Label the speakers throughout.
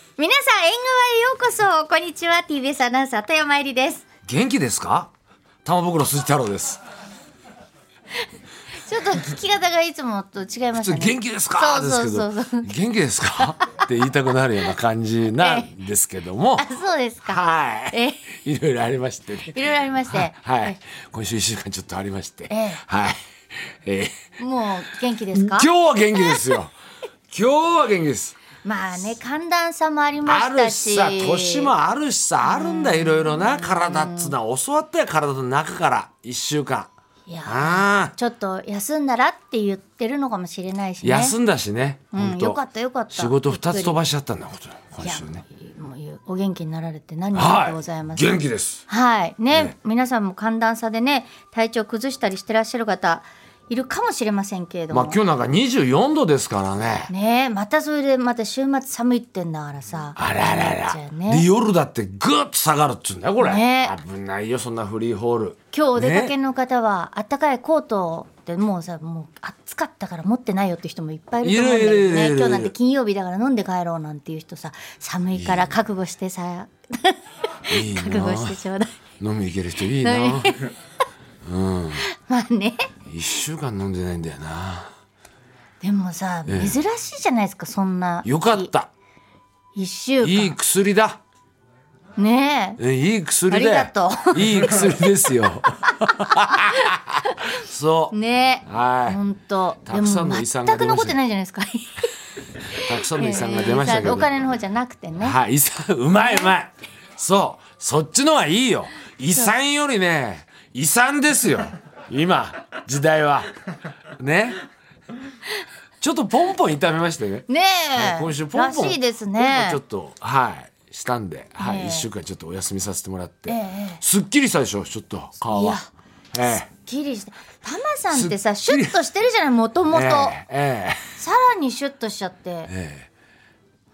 Speaker 1: 縁側へようこそこんにちは TBS アナウンサー富山えりです
Speaker 2: 元気ですか玉袋筋太郎です
Speaker 1: ちょっと聞き方がいつもと違いま
Speaker 2: 普
Speaker 1: した
Speaker 2: 通
Speaker 1: ね
Speaker 2: 元気ですかです
Speaker 1: そう
Speaker 2: け
Speaker 1: そう
Speaker 2: ど
Speaker 1: そうそう
Speaker 2: 元気ですかって言いたくなるような感じなんですけども
Speaker 1: あそうですか
Speaker 2: は
Speaker 1: え
Speaker 2: いいろいろありましてね
Speaker 1: いろいろありまして
Speaker 2: はいはい今週一週間ちょっとありまして
Speaker 1: ええ
Speaker 2: はいええ
Speaker 1: もう元気ですか
Speaker 2: 今日は元気です よ今日は元気です
Speaker 1: まあね寒暖差もありま
Speaker 2: あ
Speaker 1: し
Speaker 2: る
Speaker 1: た
Speaker 2: し
Speaker 1: し
Speaker 2: さ年もあるしさあるんだいろいろな体っつうのは教わったよ体の中から一週間
Speaker 1: いや
Speaker 2: ああ
Speaker 1: ちょっと休んだらって言ってるのかもしれないしね
Speaker 2: 休んだしね、
Speaker 1: うん
Speaker 2: 本当
Speaker 1: よかったよかった
Speaker 2: 仕事二つ飛ばしちゃったんだこと今週ね
Speaker 1: いやもうお元気になられて何より
Speaker 2: は
Speaker 1: でござい
Speaker 2: い
Speaker 1: ます、
Speaker 2: 元気です
Speaker 1: はいね
Speaker 2: ね
Speaker 1: 皆さんも寒暖差でね体調崩したりしてらっしゃる方いるかもしれませんけれど
Speaker 2: ま
Speaker 1: も、
Speaker 2: あ今日なんか24度ですからね
Speaker 1: ねえまたそれでまた週末寒いってんだからさ
Speaker 2: あららら
Speaker 1: じゃあ
Speaker 2: で
Speaker 1: ね
Speaker 2: 夜だってぐっと下がるっつうんだよこれ、
Speaker 1: ね
Speaker 2: 危ないよそんなフリーホール
Speaker 1: 今日お出かけ
Speaker 2: ね
Speaker 1: の方は、あったかいコートでもうさもう暑かったから持ってないよって人もいっぱいいると思うんだけど
Speaker 2: いるいるい
Speaker 1: ね
Speaker 2: るいる
Speaker 1: 今日なんて金曜日だから飲んで帰ろうなんていう人さ寒いから覚悟してさ
Speaker 2: いいな
Speaker 1: 覚悟してちょうだい
Speaker 2: 飲み行ける人いい
Speaker 1: 飲
Speaker 2: な
Speaker 1: まあね
Speaker 2: 一週間飲んでないんだよな
Speaker 1: でもさ
Speaker 2: え
Speaker 1: 珍しいじゃないですかそんな
Speaker 2: よかった
Speaker 1: 1週間
Speaker 2: いい薬だ
Speaker 1: ねえ
Speaker 2: えいい薬だよ
Speaker 1: ありがと
Speaker 2: いい薬ですよ そう、
Speaker 1: ねえ
Speaker 2: はい
Speaker 1: 本当
Speaker 2: たくさんの遺産が
Speaker 1: で
Speaker 2: 出ま
Speaker 1: も全
Speaker 2: し
Speaker 1: く
Speaker 2: た
Speaker 1: 残ってないじゃないですか
Speaker 2: たくさんの遺産が出ましたけど
Speaker 1: お金の方じゃなくてね、
Speaker 2: はい、遺産、うまいうまい。そう、そっちのはいいよ。遺産よりね、遺産ですよ。今、時代は。ね。ちょっとポンポン痛めましてね。
Speaker 1: ねえ、
Speaker 2: 今週ポンポン。
Speaker 1: らしいです
Speaker 2: ポ
Speaker 1: ね
Speaker 2: ンポンちょっと、はい、したんで、はい、
Speaker 1: ええ
Speaker 2: 一週間ちょっとお休みさせてもらって。
Speaker 1: ええ
Speaker 2: すっきりしたでしょ、ちょっと、顔
Speaker 1: い
Speaker 2: は
Speaker 1: や。
Speaker 2: ええ
Speaker 1: きりしてタマさんってさシ
Speaker 2: すっきり
Speaker 1: ュッとしてるじゃないもともと
Speaker 2: え
Speaker 1: さ
Speaker 2: えええ
Speaker 1: らにシュッとしちゃって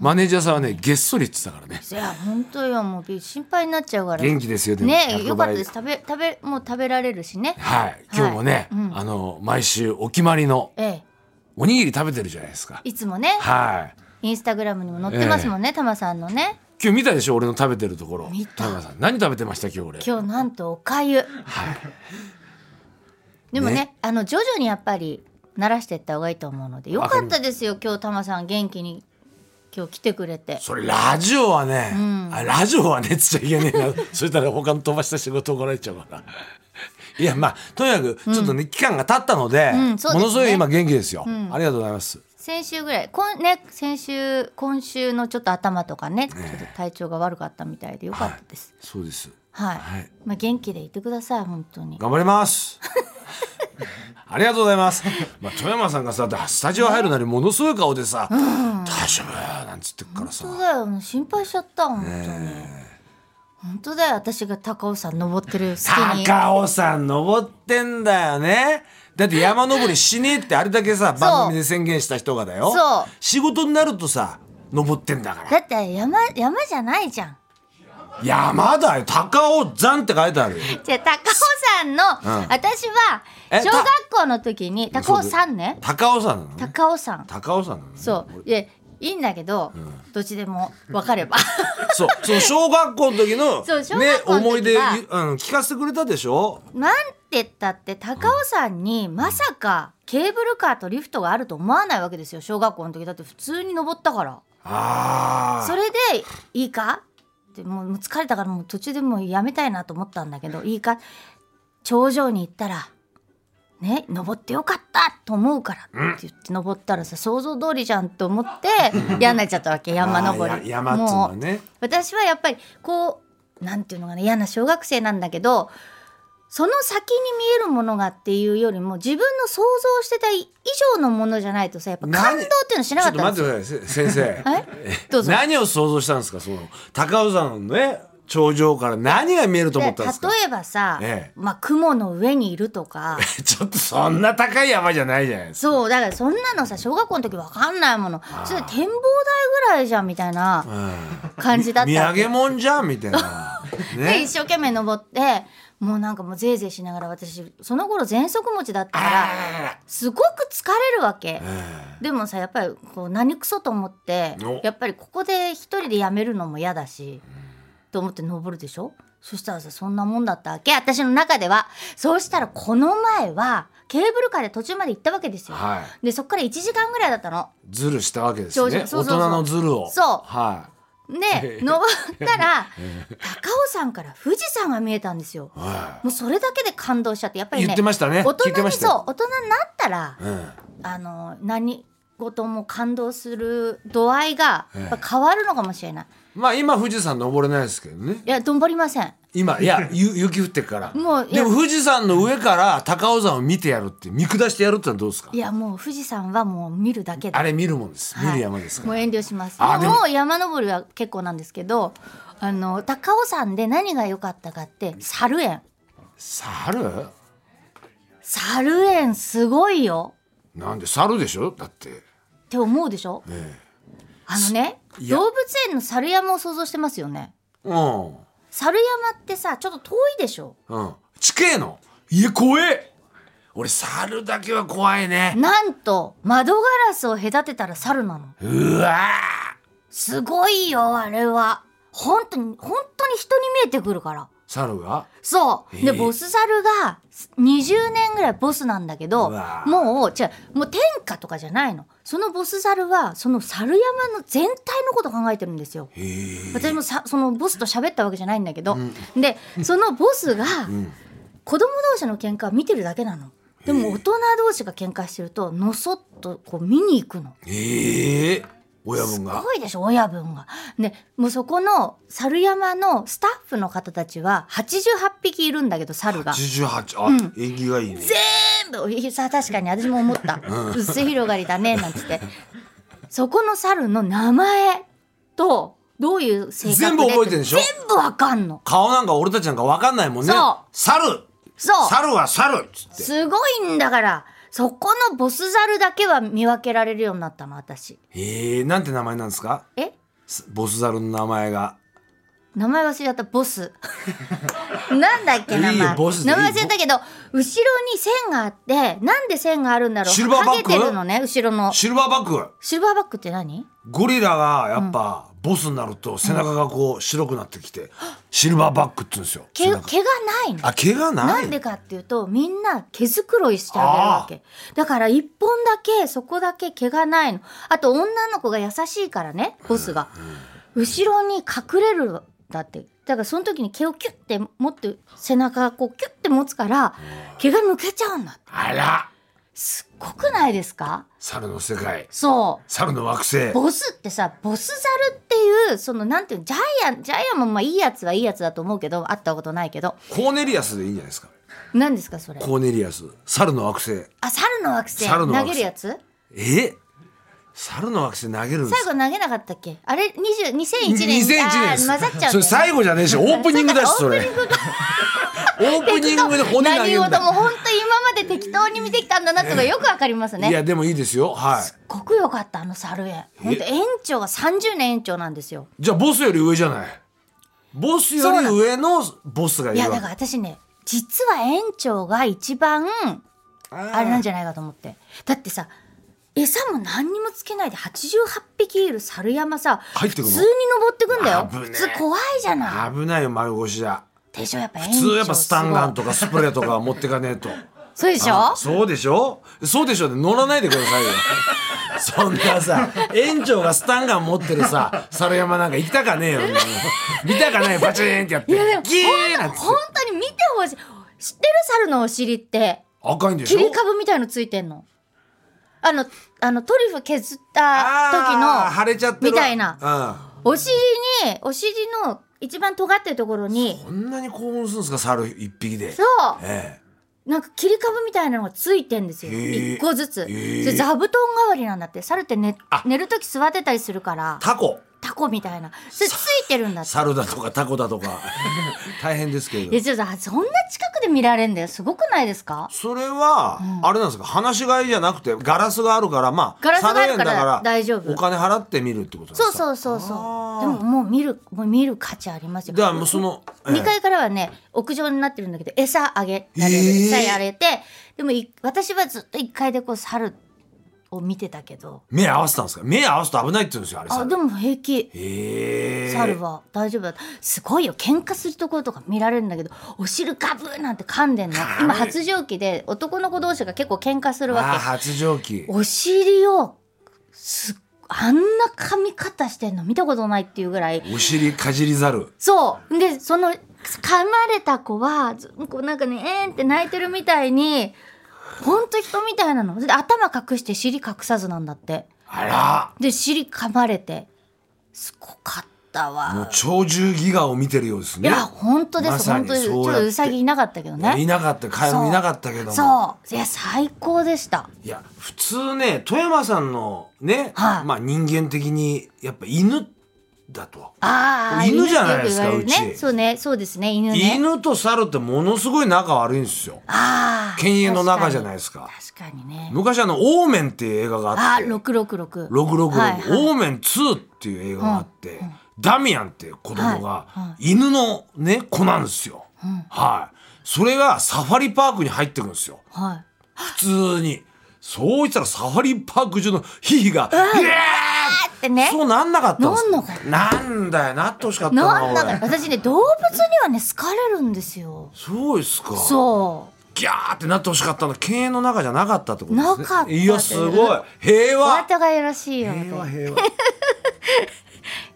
Speaker 2: マネージャーさんはね、げっそりって言ってたからね。
Speaker 1: いや本当よもうび心配になっちゃうから
Speaker 2: 元気ですよ、でも
Speaker 1: ね
Speaker 2: 100
Speaker 1: えよかった
Speaker 2: 倍
Speaker 1: です食べ食べもう食べられるしね
Speaker 2: はい、今日もね、
Speaker 1: うん
Speaker 2: あの毎週お決まりの
Speaker 1: え
Speaker 2: おにぎり食べてるじゃないですか
Speaker 1: え。いつもね
Speaker 2: はい。
Speaker 1: インスタグラムにも載ってますもんねタマさんのね
Speaker 2: 今日見たでしょ俺の食べてるところ。
Speaker 1: 見た
Speaker 2: 田中さん何食べてました今日俺。
Speaker 1: 今日なんとおかゆ
Speaker 2: はい。
Speaker 1: でもねあの徐々にやっぱり慣らしていった方がいいと思うのでよかったですよ今日タマさん元気に今日来てくれて
Speaker 2: それラジオはね、あラジオはねっつっちゃいけねえな。 そしたら他の飛ばした仕事怒られちゃうから。 いやまあとにかくちょっとね、期間が経ったので,、
Speaker 1: うんそうですね
Speaker 2: ものすごい今元気ですよ、ありがとうございます。
Speaker 1: 先週ぐらいこん、ね、先週今週のちょっと頭とかねちょっと体調が悪かったみたいでよかったです。
Speaker 2: そうです。
Speaker 1: はい、
Speaker 2: はい
Speaker 1: まあ、元気でいてください本当に。
Speaker 2: 頑張ります。ありがとうございます。まあ、富山さんがさ、だスタジオ入るなりものすごい顔でさ、大丈夫なんつってっからさ。
Speaker 1: 本当だよ心配しちゃった本当に。本当だよ私が高尾山登ってる隙に。
Speaker 2: 高尾山登ってんだよね。だって山登りしねえってあれだけさ、番組で宣言した人がだよ。
Speaker 1: そう
Speaker 2: 仕事になるとさ、登ってんだから。
Speaker 1: だって山山じゃないじゃん。
Speaker 2: 山だよ。高尾山って書いてあるよ。
Speaker 1: じゃあ高尾山の、
Speaker 2: うん
Speaker 1: 私は
Speaker 2: え
Speaker 1: 小学校の時に高尾山ね
Speaker 2: 高尾山なのね。
Speaker 1: 高尾山
Speaker 2: 高尾山なのね
Speaker 1: そういやいいんだけど、どっちでも分かれば。
Speaker 2: そう、その小学校の時の、
Speaker 1: そう小
Speaker 2: ね
Speaker 1: 学、校の時は
Speaker 2: 思い出、うん、聞かせてくれたでしょ
Speaker 1: なんてったって高尾山にまさかケーブルカーとリフトがあると思わないわけですよ小学校の時だって普通に登ったから
Speaker 2: ああ。
Speaker 1: それで「いいか?」ってもうもう疲れたからもう途中でもうやめたいなと思ったんだけど「いいか?」頂上に行ったら「ね登ってよかった!」と思うからって言って登ったらさ想像通りじゃんと 思って嫌になっちゃったわけ山登
Speaker 2: あー
Speaker 1: り。
Speaker 2: や山っていうの
Speaker 1: もう
Speaker 2: はね
Speaker 1: 私はやっぱりこうなんていうのかな嫌な小学生なんだけどその先に見えるものがっていうよりも自分の想像してた以上のものじゃないとさやっぱ感動っていうのしな
Speaker 2: ち
Speaker 1: か
Speaker 2: ょ
Speaker 1: っ
Speaker 2: ったと
Speaker 1: んで
Speaker 2: 待
Speaker 1: す
Speaker 2: っ
Speaker 1: よ。
Speaker 2: てくださいせ先 生
Speaker 1: えどうぞ
Speaker 2: 何を想像したんですかその高尾山のね頂上から何が見えると思ったんですか
Speaker 1: 例えばさ、
Speaker 2: ええ
Speaker 1: まあ、雲の上にいると か
Speaker 2: ちょっとそんな高い山じゃないじゃないですか
Speaker 1: そうだからそんなのさ小学校の時わかんないものそれ展望台ぐらいじゃんみたいな感じだった
Speaker 2: 土
Speaker 1: わけ
Speaker 2: 産物じゃんみたい な
Speaker 1: で一
Speaker 2: ね
Speaker 1: 生懸命登ってもうなんかもうぜいぜいしながら私その頃喘息持ちだったか
Speaker 2: あ
Speaker 1: らすごく疲れるわけ、
Speaker 2: ら
Speaker 1: でもさやっぱりこう何クソと思って
Speaker 2: お
Speaker 1: やっぱりここで一人でやめるのも嫌だし、と思って登るでしょそしたらさそんなもんだったわけ私の中ではそうしたらこの前はケーブルカーで途中まで行ったわけですよ、
Speaker 2: は
Speaker 1: でそっから1時間ぐらいだったの
Speaker 2: い。ズルしたわけです
Speaker 1: 頂
Speaker 2: ね。
Speaker 1: 上そうそうそう
Speaker 2: 大人のズルを。
Speaker 1: そう
Speaker 2: は
Speaker 1: で登ったら高尾山から富士山が見えたんですよ
Speaker 2: い。は
Speaker 1: もうそれだけで感動しちゃってやっぱ
Speaker 2: い。
Speaker 1: り
Speaker 2: 言
Speaker 1: ね
Speaker 2: ってましたね。
Speaker 1: 大
Speaker 2: 聞いて
Speaker 1: 人
Speaker 2: ま
Speaker 1: に
Speaker 2: したよ。
Speaker 1: そう大人になったら
Speaker 2: うん。
Speaker 1: あの何事も感動する度合いが
Speaker 2: ええ
Speaker 1: やっぱ変わるのかもしれない。
Speaker 2: まあ今富士山登れないですけどね。
Speaker 1: いやどんぼりません。
Speaker 2: 今い やゆ雪降ってっから。
Speaker 1: もうい
Speaker 2: で
Speaker 1: や
Speaker 2: も富士山の上から高尾山を見てやるって見下してやるってのはどうですか
Speaker 1: い。やもう富士山はもう見るだけで
Speaker 2: あれ見るもんです。見
Speaker 1: はい
Speaker 2: る山ですか
Speaker 1: も
Speaker 2: ら。
Speaker 1: う遠慮します。
Speaker 2: あで
Speaker 1: で
Speaker 2: も
Speaker 1: も山登りは結構なんですけど、あの高尾山で何が良かったかって猿園。
Speaker 2: 猿？
Speaker 1: 猿園すごいよ
Speaker 2: なんで猿でしょ？だって。
Speaker 1: って思うでしょ。
Speaker 2: え
Speaker 1: あのね
Speaker 2: いや
Speaker 1: 動物園の猿山を想像してますよね。
Speaker 2: えうん。
Speaker 1: 猿山ってさちょっと遠いでしょ。
Speaker 2: うん。地形の。いや、怖え。俺、猿だけは怖いね。
Speaker 1: なんと窓ガラスを隔てたら猿なの。
Speaker 2: うわー
Speaker 1: すごいよあれは本当に本当に人に見えてくるから
Speaker 2: 猿が
Speaker 1: そう
Speaker 2: へえ
Speaker 1: でボス猿が20年ぐらいボスなんだけど
Speaker 2: うわ
Speaker 1: もう違うもう天下とかじゃないのそのボス猿はその猿山の全体のこと考えてるんですよ
Speaker 2: へえ。
Speaker 1: 私もさそのボスと喋ったわけじゃないんだけど、でそのボスが子供同士の喧嘩を見てるだけなのでも大人同士が喧嘩してるとのそっとこう見に行くの
Speaker 2: へえ。親分
Speaker 1: す
Speaker 2: が。
Speaker 1: ごいでしょ親分が。ねもうそこの猿山のスタッフの方たちは88匹いるんだけど猿が。
Speaker 2: 88。あ、縁起がいいね。
Speaker 1: 全部いやさ確かに私も 思った「薄広がりだね」なんつってそこの猿の名前とどういう性格で
Speaker 2: 全部覚えてるでしょ
Speaker 1: 全部わかんの
Speaker 2: 顔なんか俺たちなんかわかんないもんね
Speaker 1: そう。
Speaker 2: 猿
Speaker 1: そう
Speaker 2: 猿は猿っつって。
Speaker 1: すごいんだからそこのボス猿だけは見分けられるようになったの私
Speaker 2: へえ、なんて名前なんですか
Speaker 1: え
Speaker 2: すボス猿の名前が。
Speaker 1: 名前忘れちゃった ボスなんだっけ名
Speaker 2: いいよ
Speaker 1: 前
Speaker 2: ボスでいい
Speaker 1: 名前忘れたけど後ろに線があってなんで線があるんだろう
Speaker 2: シルバーバッグ
Speaker 1: ハゲてるのね後ろの
Speaker 2: シルバーバック。
Speaker 1: シルバーバッグって何
Speaker 2: ゴリラがやっぱ、ボスになると背中がこう白くなってきて、シルバーバックって言うんですよ。
Speaker 1: 毛毛がないの
Speaker 2: あ、毛がな
Speaker 1: ないんでかっていうとみんな毛づくろいしてあげるわけだから一本だけそこだけ毛がないのあと女の子が優しいからねボスが後ろに隠れるんだってだからその時に毛をキュッて持って背中がこうキュッて持つから毛が抜けちゃうんだって
Speaker 2: あら
Speaker 1: すっごくないですか
Speaker 2: 猿の世界
Speaker 1: そ
Speaker 2: 猿の惑星
Speaker 1: うボスってさボス猿っていうそのなんていうのジャイアンジャイアンもまあいいやつはいいやつだと思うけど会ったことないけど
Speaker 2: コーネリアスでいいんじゃないですか
Speaker 1: 何ですかそれ
Speaker 2: コーネリアス猿の惑星
Speaker 1: あ猿の惑星
Speaker 2: 猿の惑
Speaker 1: 投
Speaker 2: 星
Speaker 1: げるやつ
Speaker 2: え猿の惑星投げるんです
Speaker 1: 最後投げなかったっけあれ20
Speaker 2: 2001
Speaker 1: 2001年
Speaker 2: 年
Speaker 1: あー
Speaker 2: です
Speaker 1: 混ざっちゃうんだよね
Speaker 2: それ最後じゃねえしオープニングだしそれ
Speaker 1: オープニング
Speaker 2: オープニングで骨投げ
Speaker 1: 何
Speaker 2: るん
Speaker 1: 事も
Speaker 2: だ
Speaker 1: 本当今まで適当に見てきたんだなってのがよくわかります
Speaker 2: い
Speaker 1: ね
Speaker 2: やでもいいですよは
Speaker 1: すっごく良かったあの猿園本当園長が30年園長なんですよ
Speaker 2: いじゃあボスより上じゃないボスより上のボスがい
Speaker 1: いや
Speaker 2: る
Speaker 1: だ
Speaker 2: わ
Speaker 1: から
Speaker 2: け
Speaker 1: 私ね実は園長が一番あれなんじゃないかと思ってだってさ餌も何にもつけないで88匹いる猿山さ
Speaker 2: 入ってくの
Speaker 1: 普通に登ってくんだよ
Speaker 2: 危ねえ
Speaker 1: 普通怖いじゃない
Speaker 2: 危ないよ丸腰じゃ
Speaker 1: でしょやっぱ園長
Speaker 2: 普通やっぱスタンガン
Speaker 1: すごい
Speaker 2: とかスプレーとか持ってかねえ と
Speaker 1: そうでしょ
Speaker 2: あそうでしょそうでしょって乗らないでくださいよ そんなさ園長がスタンガン持ってるさ猿山なんか行きたかねえよ みんなもう見たかないバチーンってやってギ
Speaker 1: いやでも
Speaker 2: ーンなんつって
Speaker 1: 本当に見てほしい知ってる猿のお尻って
Speaker 2: 赤いんでし
Speaker 1: 切
Speaker 2: ょ
Speaker 1: り株みたいのついてんのあのあのトリュフ削った時
Speaker 2: あー腫
Speaker 1: の
Speaker 2: れちゃってる
Speaker 1: みたいな
Speaker 2: な、
Speaker 1: お尻にお尻の一番尖ってるところに
Speaker 2: うん、こんなに興奮するんですか猿一匹で
Speaker 1: そ
Speaker 2: え
Speaker 1: うなんか切り株みたいなのがついてんですよ
Speaker 2: へー
Speaker 1: 一個ずつ
Speaker 2: へー
Speaker 1: それ座布団代わりなんだって猿って寝
Speaker 2: あ
Speaker 1: 寝る時座ってたりするから
Speaker 2: えタコ
Speaker 1: タコみたいなそれついてるんだって
Speaker 2: 猿だとかタコだとか 大変ですけれ
Speaker 1: い
Speaker 2: ど
Speaker 1: やちょっとそんな近くで見られるんだよすごくないですか
Speaker 2: それは、あれなんですか話し飼いじゃなくてガラスがあるからまあ
Speaker 1: ガラスがある
Speaker 2: 猿園
Speaker 1: から大丈夫
Speaker 2: お金払ってみるってことなんです
Speaker 1: そ
Speaker 2: か
Speaker 1: うそうそ
Speaker 2: あ
Speaker 1: うそう。
Speaker 2: ー
Speaker 1: でももう見るもう見る価値ありますよ。
Speaker 2: だからもうその、ええ
Speaker 1: 2階からはね屋上になってるんだけど餌あげられる
Speaker 2: えー
Speaker 1: 餌やれてでもい私はずっと1階でこう猿をこう見てたけど
Speaker 2: 目合わせたんですか目合わせと危ないって言うんですよあれ
Speaker 1: あ
Speaker 2: 猿
Speaker 1: でも平気
Speaker 2: へえ
Speaker 1: 猿は大丈夫だったすごいよ喧嘩するところとか見られるんだけどお汁ガブーなんて噛んでんの
Speaker 2: 噛む
Speaker 1: 今発情期で男の子同士が結構喧嘩する
Speaker 2: あー
Speaker 1: わ
Speaker 2: 発情期
Speaker 1: けお尻をすっあんな噛み方してんの見たことないっていうぐらい
Speaker 2: お尻かじり猿
Speaker 1: そうでその噛まれた子はずこうなんかねえーんって泣いてるみたいにほんと人みたいなので頭隠して尻隠さずなんだって
Speaker 2: あ
Speaker 1: で尻噛まれてすごかったわ
Speaker 2: らもう鳥獣戯画を見てるようです
Speaker 1: い
Speaker 2: ね
Speaker 1: や本当です、
Speaker 2: まさに
Speaker 1: 本当ですちょ
Speaker 2: そうや
Speaker 1: っ
Speaker 2: って
Speaker 1: とウサギいなかったけど
Speaker 2: い
Speaker 1: ね
Speaker 2: なかった会話見なかったけども
Speaker 1: そういや最高でした
Speaker 2: いや普通ね富山さんのね、
Speaker 1: はい
Speaker 2: まあ人間的にやっぱ犬だと、
Speaker 1: ああ
Speaker 2: 犬じゃないですかう
Speaker 1: ね
Speaker 2: ち
Speaker 1: そうねそうですね犬ね
Speaker 2: 犬と猿ってものすごい仲悪いんですよ
Speaker 1: ああ
Speaker 2: 犬猿の仲じゃない
Speaker 1: い
Speaker 2: ですか
Speaker 1: 確かにね
Speaker 2: 昔あの「オーメン」っていう映画があ
Speaker 1: あ
Speaker 2: って
Speaker 1: 六六六
Speaker 2: 666、
Speaker 1: はいはい
Speaker 2: オーメン2」っていう映画があって、ダミアンって子供
Speaker 1: は
Speaker 2: が犬のね子なんですよ、はいそれがサファリパークに入ってくるんですよ
Speaker 1: はい
Speaker 2: 普通にそう言ったらサファリパーク中のヒヒが「イエーイ!」
Speaker 1: ってね
Speaker 2: そうなんなかったんです
Speaker 1: なんなか
Speaker 2: な
Speaker 1: っ
Speaker 2: んだよなってほしかったな
Speaker 1: なんだか
Speaker 2: 俺
Speaker 1: 私ね動物にはね好かれるんですよ
Speaker 2: そうですか
Speaker 1: そ
Speaker 2: ギャーってなってほしかったの経営の中じゃなかったってことですね
Speaker 1: なかった
Speaker 2: いやすごい平
Speaker 1: うお
Speaker 2: 和
Speaker 1: 後がよろしいようで
Speaker 2: 平和平和
Speaker 1: い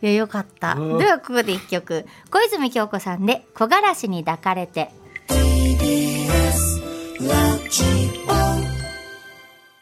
Speaker 1: やよかった、
Speaker 2: うん
Speaker 1: ではここで一曲小泉京子さんで「木枯らしに抱かれて」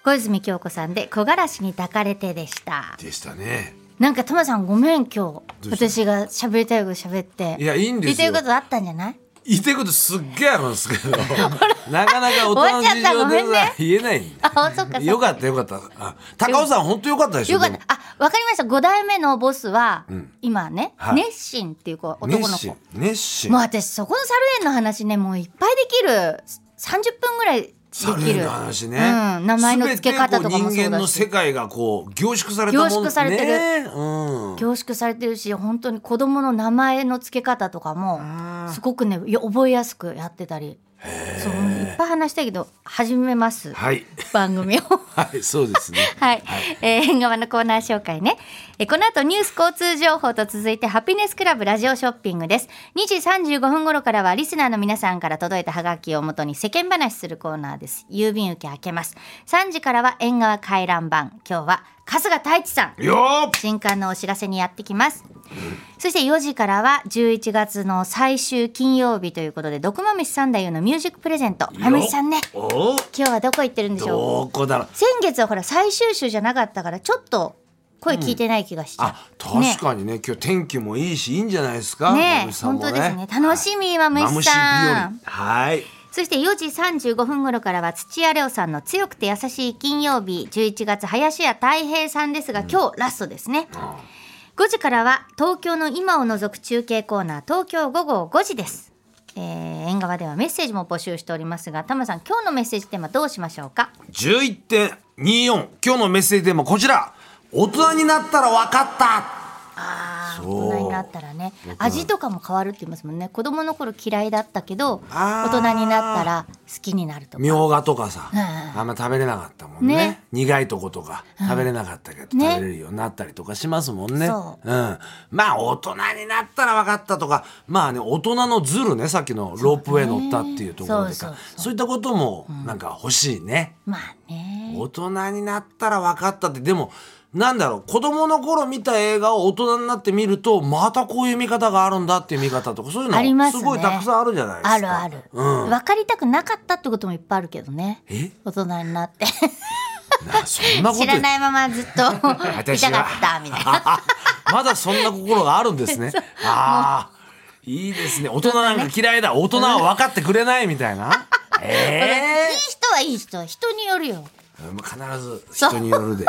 Speaker 1: 小泉京子さんで「木枯らしに抱かれて」でした
Speaker 2: でしたね
Speaker 1: なんかトマさんごめん今日
Speaker 2: うした
Speaker 1: 私が喋りたいこと喋って
Speaker 2: いやいいんですよ
Speaker 1: 言いたいことあったんじゃない
Speaker 2: 言いたいことすっげえあるんですけどなかなか大人の事
Speaker 1: 終わっちゃったご
Speaker 2: 情
Speaker 1: め
Speaker 2: で
Speaker 1: ん
Speaker 2: さ
Speaker 1: ね
Speaker 2: 言えないん
Speaker 1: あそっかそっか
Speaker 2: でよかったよかったあ高尾さん本当よかったでしょ
Speaker 1: よかっ
Speaker 2: で
Speaker 1: た
Speaker 2: も
Speaker 1: あわかりました5代目のボスは、
Speaker 2: ん
Speaker 1: 今ね、
Speaker 2: はい
Speaker 1: 熱心っていう子男の
Speaker 2: 熱
Speaker 1: 子
Speaker 2: 心熱心
Speaker 1: もう私そこの猿園の話ねもういっぱいできる30分ぐらいで
Speaker 2: 猿
Speaker 1: き
Speaker 2: 園
Speaker 1: る
Speaker 2: の話ね、
Speaker 1: うん、名前の付け方とかも
Speaker 2: 全てこ
Speaker 1: そう
Speaker 2: 人間
Speaker 1: だ
Speaker 2: の世
Speaker 1: し
Speaker 2: 界がこう凝縮されたもん
Speaker 1: 凝縮されてる
Speaker 2: ねうん、
Speaker 1: 凝縮されてるし本当に子供の名前の付け方とかもすごくねよ覚えやすくやってたりそういっぱい話したいけど始めます、
Speaker 2: はい
Speaker 1: 番組を。
Speaker 2: はいそうですね
Speaker 1: はい、えー縁側のコーナー紹介ね、えーこの後ニュース交通情報と続いてハピネスクラブラジオショッピングです2時35分頃からはリスナーの皆さんから届いたハガキをもとに世間話するコーナーです郵便受け開けます3時からは縁側回覧版今日は春日太一さん
Speaker 2: よー
Speaker 1: 新刊のお知らせにやってきます。そして4時からは11月の最終金曜日ということで、毒まめし三太夫のミュージックプレゼント。まめしさんね、
Speaker 2: お
Speaker 1: 今日はどこ行ってるんでしょう
Speaker 2: どこだろう
Speaker 1: 先月はほら最終週じゃなかったからちょっと声聞いてない気がしちゃう、
Speaker 2: あ確かにね今日天気もいいしいいんじゃないですか
Speaker 1: ね
Speaker 2: ま
Speaker 1: え
Speaker 2: むしさん
Speaker 1: 本
Speaker 2: も
Speaker 1: 当ですね楽しみは
Speaker 2: はい
Speaker 1: 虫さ
Speaker 2: まむ
Speaker 1: ん
Speaker 2: し日和はい
Speaker 1: そして4時35分頃からは土屋レオさんの強くて優しい金曜日11月林家たい平さんですが今日ラストですね、5時からは東京の今を除く中継コーナー東京午後5時です、えー、縁側ではメッセージも募集しておりますがタマさん今日のメッセージテーマどうしましょうか
Speaker 2: 11.24今日のメッセージテーマこちら大人になったら分かった
Speaker 1: あー
Speaker 2: そう
Speaker 1: 大人になったらね味とかも変わるって言いますもんね子供の頃嫌いだったけど
Speaker 2: あー
Speaker 1: 大人になったら好きになるとか
Speaker 2: みょうがとかさ、
Speaker 1: んうん
Speaker 2: あんま食べれなかったもんね
Speaker 1: ね
Speaker 2: 苦いとことか食べれなかったけど、
Speaker 1: ね
Speaker 2: 食べれるようになったりとかしますもんね
Speaker 1: そ
Speaker 2: ん、まあ大人になったら分かったとかまあね大人のズルねさっきのロープウェイ乗ったっていうところでか
Speaker 1: そ
Speaker 2: そ
Speaker 1: う
Speaker 2: う
Speaker 1: ねそうそうそう
Speaker 2: いったこともなんか欲しいね、
Speaker 1: まあね
Speaker 2: 大人になったら分かったってでもなんだろう子供の頃見た映画を大人になって見るとまたこういう見方があるんだっていう見方とかそういう
Speaker 1: あり
Speaker 2: の
Speaker 1: ま
Speaker 2: す
Speaker 1: すね
Speaker 2: ごいたくさんあるじゃないですか。
Speaker 1: あるある、
Speaker 2: うん、
Speaker 1: 分かりたくなかったってこともいっぱいあるけどね
Speaker 2: え
Speaker 1: 大人になって
Speaker 2: なそんなこと
Speaker 1: 知らないままずっ と見たかったみたいな
Speaker 2: な まだそんな心があるんですねああいいですね大人なんか嫌いだ大人は分かってくれないみたいなえ
Speaker 1: いい人はいい人人によるよ
Speaker 2: え必ず人によるで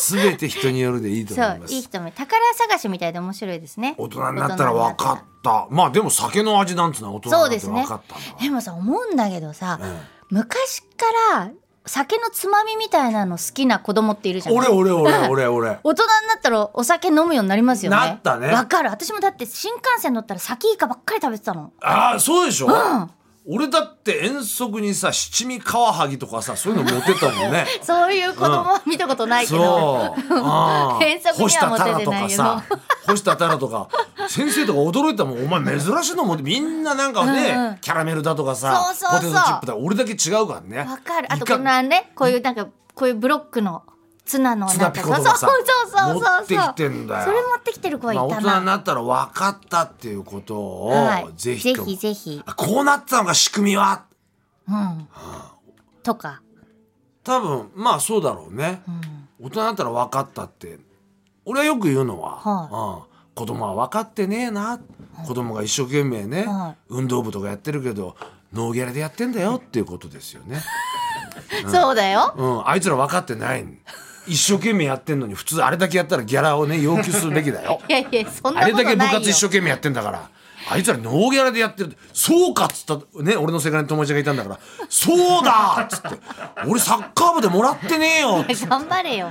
Speaker 2: 全て人によるでいいと
Speaker 1: そ
Speaker 2: 思いうます
Speaker 1: いい人も宝探しみたいで面白いですね
Speaker 2: 大人になったら分かったまあでも酒の味なんつうのは大人
Speaker 1: そ
Speaker 2: に
Speaker 1: う
Speaker 2: な
Speaker 1: で
Speaker 2: って
Speaker 1: すね
Speaker 2: 分かったんだ、
Speaker 1: でもさ思うんだけどさ、昔から酒のつまみみたいなの好きな子供っているじゃん
Speaker 2: 俺俺俺俺俺
Speaker 1: 大人になったらお酒飲むようになりますよね
Speaker 2: なったね
Speaker 1: わかる私もだって新幹線乗ったら先イカばっかり食べてたの
Speaker 2: ああそうでしょ、俺だって遠足にさ七味カワハギとかさそういうの持ってったもんね
Speaker 1: そういう子供は見たことないけど、
Speaker 2: そうあ
Speaker 1: 遠足
Speaker 2: ー
Speaker 1: には
Speaker 2: 干したタ
Speaker 1: 持っ
Speaker 2: ラ
Speaker 1: て
Speaker 2: と
Speaker 1: てない
Speaker 2: か
Speaker 1: けど
Speaker 2: さ干したタラとか先生とか驚いたもんお前珍しいのもみんななんかね、
Speaker 1: うんうん
Speaker 2: キャラメルだとかさ
Speaker 1: そうそう
Speaker 2: ポ
Speaker 1: そう
Speaker 2: テトチップだ俺だけ違うからね
Speaker 1: わかるあと
Speaker 2: イカ
Speaker 1: このねこういうなんかこういうブロックのツナのなん
Speaker 2: ツナ
Speaker 1: か
Speaker 2: ピ
Speaker 1: そ
Speaker 2: コ
Speaker 1: う
Speaker 2: とかさ
Speaker 1: そうそうそうそう
Speaker 2: 持ってきてんだよ
Speaker 1: それ持ってきてる子はい
Speaker 2: まあ、
Speaker 1: た
Speaker 2: 大
Speaker 1: な、
Speaker 2: 人になったら分かったっていうことを、
Speaker 1: はい、
Speaker 2: ぜ
Speaker 1: ぜ
Speaker 2: ひ
Speaker 1: ひ
Speaker 2: とも
Speaker 1: ぜひぜひ、
Speaker 2: あこうなってたのか仕組みは
Speaker 1: うん、とか、
Speaker 2: 多分まあそうだろうね、
Speaker 1: うん、
Speaker 2: 大人だったら分かったって俺はよく言うのは、うん、子供は分かってねえな、子供が一生懸命ね、
Speaker 1: は
Speaker 2: 運動部とかやってるけどノーギャラでやってんだよっていうことですよ ね、
Speaker 1: そうだよ
Speaker 2: うん、あいつら分かってない一生懸命やってんのに普通あれだけやったらギャラをね要求するべきだよ
Speaker 1: いやいや そんな
Speaker 2: あ
Speaker 1: こ
Speaker 2: れ
Speaker 1: とな
Speaker 2: だ
Speaker 1: いよ
Speaker 2: け部活一生懸命やってんだからあいつらノーギャラでやってるそうかっつったね俺の世界の友達がいたんだからそうだっつって俺サッカー部でもらってねえよっつって
Speaker 1: 頑 張れよ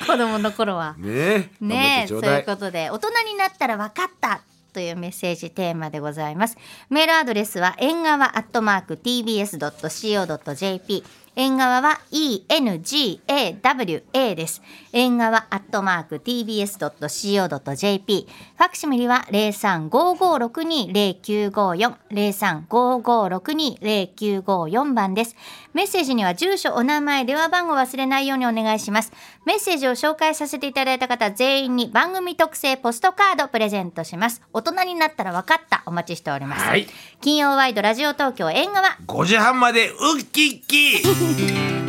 Speaker 1: 子供の頃は
Speaker 2: ねえ
Speaker 1: ねえ
Speaker 2: 頑張っ
Speaker 1: そう
Speaker 2: てちょだ
Speaker 1: いうことで大人になったら分かったというメッセージテーマでございますメールアドレスは縁側アットマーク tbs.co.jp 縁側は engawa です縁側アットマーク tbs.co.jp ファクシミリは0355620954 0355620954番ですメッセージには住所お名前電話番号忘れないようにお願いしますメッセージを紹介させていただいた方全員に番組特製ポストカードプレゼントします大人になったら分かったお待ちしております、
Speaker 2: はい
Speaker 1: 金曜ワイドラジオ東京縁側
Speaker 2: 5時半までウッキッキー